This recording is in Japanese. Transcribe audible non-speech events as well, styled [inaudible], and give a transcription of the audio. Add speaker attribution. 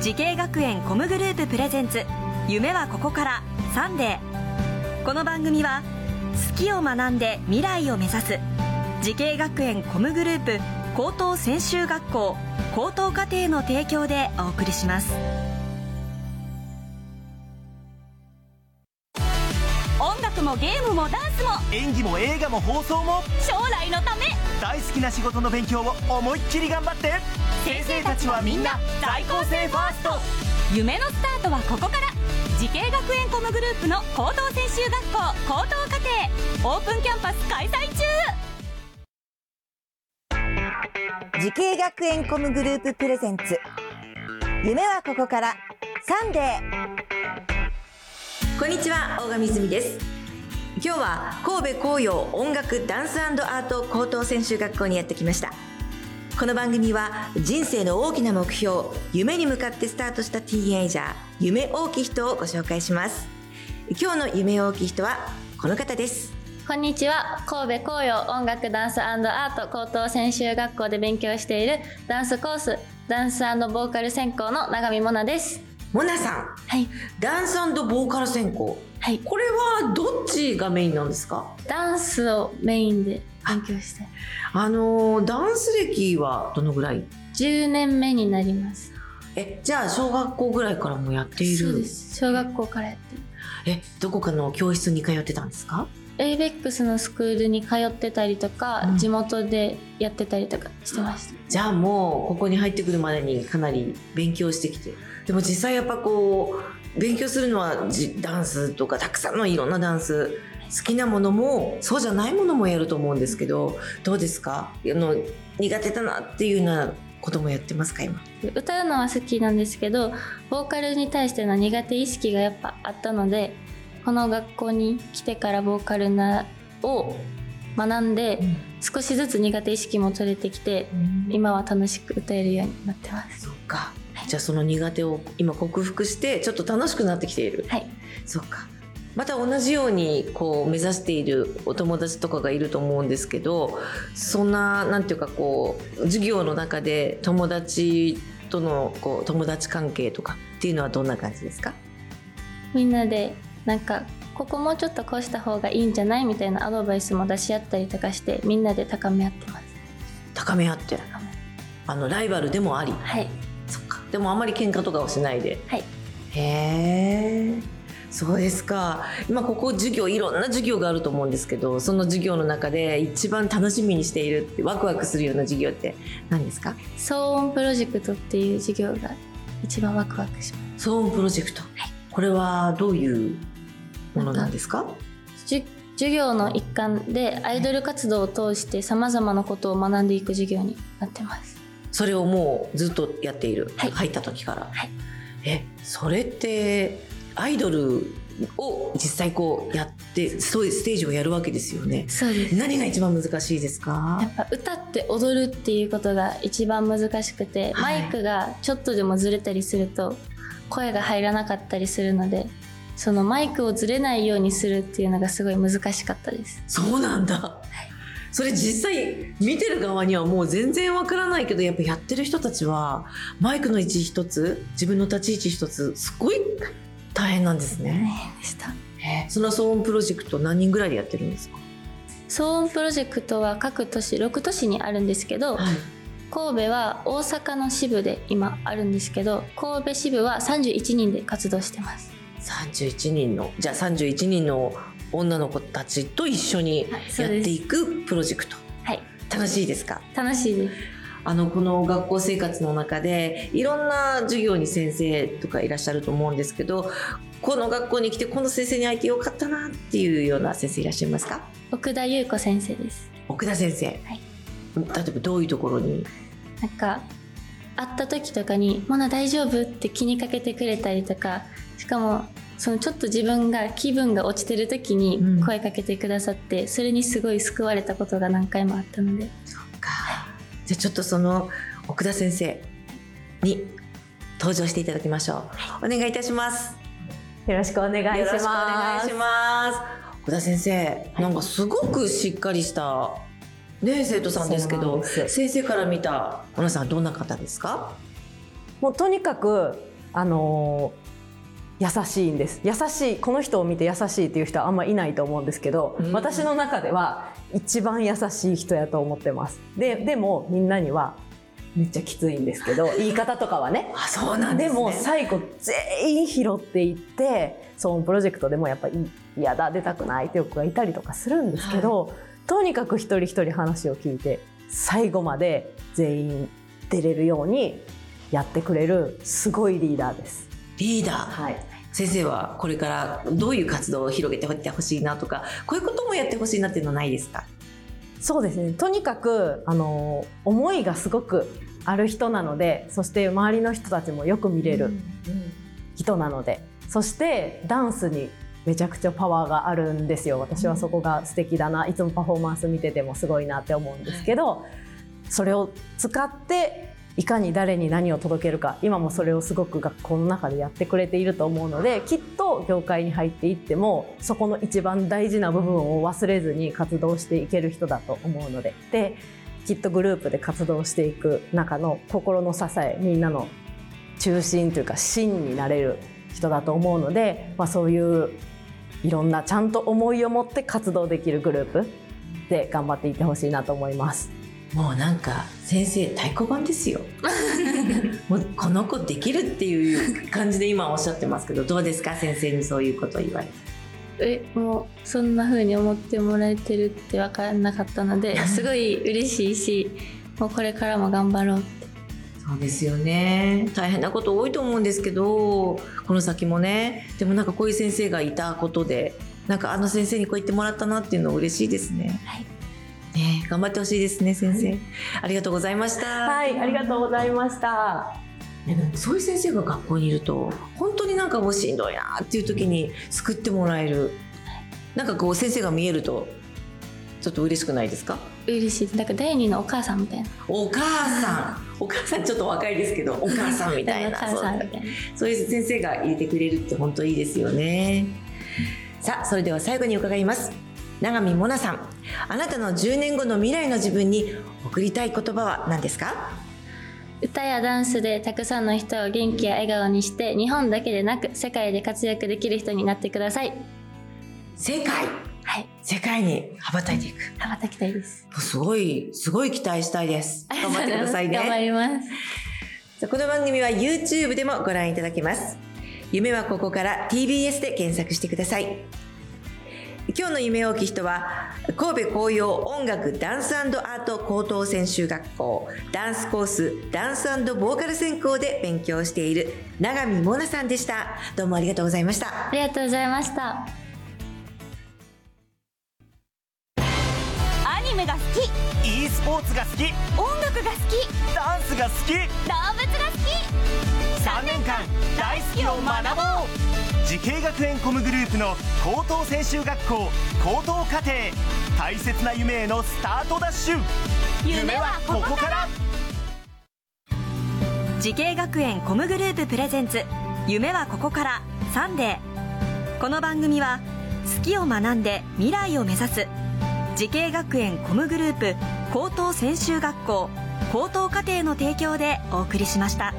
Speaker 1: 慈恵学園コムグループプレゼンツ夢はここからサンデーこの番組は好きを学んで未来を目指す慈恵学園コムグループ高等専修学校高等課程の提供でお送りします
Speaker 2: 音楽もゲームもダンスも
Speaker 3: 演技も映画も放送も
Speaker 2: 将来のため
Speaker 3: 大好きな仕事の勉強を思いっきり頑張って
Speaker 2: 先生たちはみんな
Speaker 3: 在校生ファースト
Speaker 2: 夢のスタートはここから慈恵学園コムグループの高等専修学校高等課程オープンキャンパス開催中
Speaker 4: 時系学園コムグループプレゼンツ夢はここからサンデー
Speaker 5: こんにちは、大上泉です。今日は神戸紅葉音楽ダンスアート高等専修学校にやってきました。この番組は人生の大きな目標、夢に向かってスタートしたティーンエイジャー、夢大きい人をご紹介します。今日の夢大きい人はこの方です。
Speaker 6: こんにちは神戸紅葉音楽ダンスアート高等専修学校で勉強しているダンスコースダンスボーカル専攻の永見もなです
Speaker 5: モナさん、
Speaker 6: はい
Speaker 5: ダンスボーカル専攻。
Speaker 6: はい
Speaker 5: これはどっちがメインなんですか
Speaker 6: ダンスをメインで勉強して
Speaker 5: あの、ダンス歴はどのぐらい
Speaker 6: 10年目になります
Speaker 5: え、じゃあ小学校ぐらいからもやって
Speaker 6: そうです小学校からやってる
Speaker 5: え、どこかの教室に通ってたんですか
Speaker 6: ABEX のスクールに通ってたりとか、
Speaker 5: うん
Speaker 6: 地元でやってたりとかしてました
Speaker 5: じゃあもうここに入ってくるまでにかなり勉強してきて。でも実際やっぱこう、勉強するのはじダンスとかたくさんのいろんなダンス、好きなものもそうじゃないものもやると思うんですけど、どうですかあの苦手だなっていうようなこともやってますか今。
Speaker 6: 歌うのは好きなんですけどボーカルに対しての苦手意識がやっぱあったのでこの学校に来てからボーカルなを学んで、
Speaker 5: うん
Speaker 6: 少しずつ苦手意識も取れてきて今は楽しく歌えるようになってます
Speaker 5: そっか。じゃあその苦手を今克服してちょっと楽しくなってきている。
Speaker 6: はい
Speaker 5: そうか。また同じようにこう目指しているお友達とかがいると思うんですけど、そんななんていうかこう授業の中で友達とのこう友達関係とかっていうのはどんな感じですか？
Speaker 6: みんなでなんかここもうちょっとこうした方がいいんじゃないみたいなアドバイスも出し合ったりとかしてみんなで高め合ってます
Speaker 5: 高め合ってる。あのライバルでもあり。
Speaker 6: はい
Speaker 5: そっか。でもあまり喧嘩とかをしないで。
Speaker 6: はい。
Speaker 5: へえ。そうですか。今ここ授業いろんな授業があると思うんですけど、その授業の中で一番楽しみにしているってワクワクするような授業って何ですか？
Speaker 6: 騒音プロジェクトっていう授業が一番ワクワクします
Speaker 5: 騒音プロジェクト。これはどういうものなんですか？
Speaker 6: じゅ授業の一環でアイドル活動を通してさまざまなことを学んでいく授業になってます
Speaker 5: それをもうずっとやっている。
Speaker 6: はい
Speaker 5: 入った時から。
Speaker 6: はい
Speaker 5: え、それってアイドルを実際こうやってそういうステージをやるわけですよね。
Speaker 6: そうで
Speaker 5: 何が一番難しいです
Speaker 6: や
Speaker 5: か
Speaker 6: っぱ歌って踊るっていうことが一番難しくて、
Speaker 5: はい
Speaker 6: マイクがちょっとでもずれたりすると声が入らなかったりするのでそのマイクをずれないようにするっていうのがすごい難しかったです
Speaker 5: そうなんだそれ実際見てる側にはもう全然わからないけどやっぱやってる人たちはマイクの位置一つ自分の立ち位置一つすごい大変なんですね、
Speaker 6: 変でした
Speaker 5: その騒音プロジェクト何人ぐらいでやってるんですか、
Speaker 6: 騒音プロジェクトは各都市6都市にあるんですけど、
Speaker 5: い、
Speaker 6: 神戸は大阪の支部で今あるんですけど神戸支部は31人で活動してます
Speaker 5: 31人のじゃあ31人の女の子たちと一緒にやっていくプロジェクト
Speaker 6: はい
Speaker 5: 楽しいですか
Speaker 6: 楽しいです
Speaker 5: あのこの学校生活の中でいろんな授業に先生とかいらっしゃると思うんですけどこの学校に来てこの先生に会えてよかったなっていうような先生いらっしゃいますか
Speaker 6: 奥田優子先生です
Speaker 5: 奥田先生、
Speaker 6: い
Speaker 5: 例えばどういうところに
Speaker 6: なんか会った時とかに「モナ大丈夫?」って気にかけてくれたりとかしかもそのちょっと自分が気分が落ちてる時
Speaker 5: うん
Speaker 6: に声かけてくださって、それにすごい救われたことが何回もあったので
Speaker 5: じゃあちょっとその奥田先生に登場していただきましょうお願いいたします
Speaker 4: よろしくお願いし
Speaker 5: よろしくお願いします奥田先生、なんかすごくしっかりしたね生徒さんですけ
Speaker 4: そうなん
Speaker 5: ど
Speaker 4: です
Speaker 5: 先生から見た小野さんはどんな方ですか
Speaker 4: もうとにかく
Speaker 7: あのー優しいんです優しいこの人を見て優しいっていう人はあんまいないと思うんですけど、
Speaker 5: うん
Speaker 7: 私の中では一番優しい人やと思ってますででもみんなにはめっちゃきついんですけど言い方とかはね
Speaker 5: あそうな
Speaker 7: でも最後全員拾っていってそのプロジェクトでもやっぱり嫌だ出たくないっていう子がいたりとかするんですけど、とにかく一人一人話を聞いて最後まで全員出れるようにやってくれるすごいリーダーです。
Speaker 5: リーダー
Speaker 7: はい、
Speaker 5: 先生はこれからどういう活動を広げていってほしいなとかこういうこともやってほしいなっていうのないですか
Speaker 7: そうですねとにかくあの思いがすごくある人なのでそして周りの人たちもよく見れる人なのでそしてダンスにめちゃくちゃパワーがあるんですよ私はそこが素敵だないつもパフォーマンス見ててもすごいなって思うんですけど、それを使っていかに誰に何を届けるか今もそれをすごく学校の中でやってくれていると思うのできっと業界に入っていってもそこの一番大事な部分を忘れずに活動していける人だと思うのでできっとグループで活動していく中の心の支えみんなの中心というか芯になれる人だと思うので、まあ、そういういろんなちゃんと思いを持って活動できるグループで頑張っていってほしいなと思います。
Speaker 5: もうなんか先生太鼓判ですよもうこの子できるっていう感じで今おっしゃってますけどどうですか先生にそういうことを言われて
Speaker 6: えもうそんな風に思ってもらえてるって分からなかった
Speaker 5: [laughs]
Speaker 6: のですごい嬉しいしもうこれからも頑張ろう
Speaker 5: そうですよね大変なこと多いと思うんですけどこの先もねでもなんかこういう先生がいたことでなんかあの先生にこう言ってもらったなっていうの嬉しいですね。
Speaker 6: はい
Speaker 5: ねえ頑張ってほしいですね先生、ありがとうございました。
Speaker 7: はい、ありがとうございました。
Speaker 5: ねなんかそういう先生が学校にいると本当になんかもうしんどいなっていう時に救ってもらえるなんかこう先生が見えるとちょっと嬉しくないですか
Speaker 6: 嬉しいなんか第二のお母さんみたいな
Speaker 5: お母さんお母さんちょっと若いですけどお母さんみたい
Speaker 6: [laughs] お
Speaker 5: な
Speaker 6: 母さんみたいな
Speaker 5: そういう先生が入れてくれるって本当いいですよね。さあ、それでは最後に伺います。永見もなさん、あなたの10年後の未来の自分に送りたい言葉は何ですか
Speaker 6: 歌やダンスでたくさんの人を元気や笑顔にして日本だけでなく世界で活躍できる人になってください
Speaker 5: 世界
Speaker 6: はい
Speaker 5: 世界に羽ばたいていく。
Speaker 6: 羽ばたきたい [laughs] です
Speaker 5: すごい、すごい期待したいです。 [laughs] 頑張ってくださいね。
Speaker 6: 頑張ります
Speaker 5: さあこの番組は YouTube でもご覧いただけます。夢はここから TBS で検索してください。今日の夢大きい人は、神戸紅葉音楽ダンスアート高等専修学校ダンスコースダンスボーカル専攻で勉強している永見もなさんでした。どうもありがとうございました
Speaker 6: あ。りがとうございました
Speaker 2: アニメが好き
Speaker 3: e スポーツが好き
Speaker 2: 音楽が好き
Speaker 3: ダンスが好き
Speaker 2: 動物が好き
Speaker 3: 3年間大好きを学ぼう慈恵学園コムグループの高等専修学校高等課程大切な夢へのスタートダッシュ
Speaker 2: 夢はここ
Speaker 3: から
Speaker 1: 慈恵学園コムグループプレゼンツ夢はここからサンデーこの番組は好きを学んで未来を目指す慈恵学園コムグループ高等専修学校高等課程の提供でお送りしました。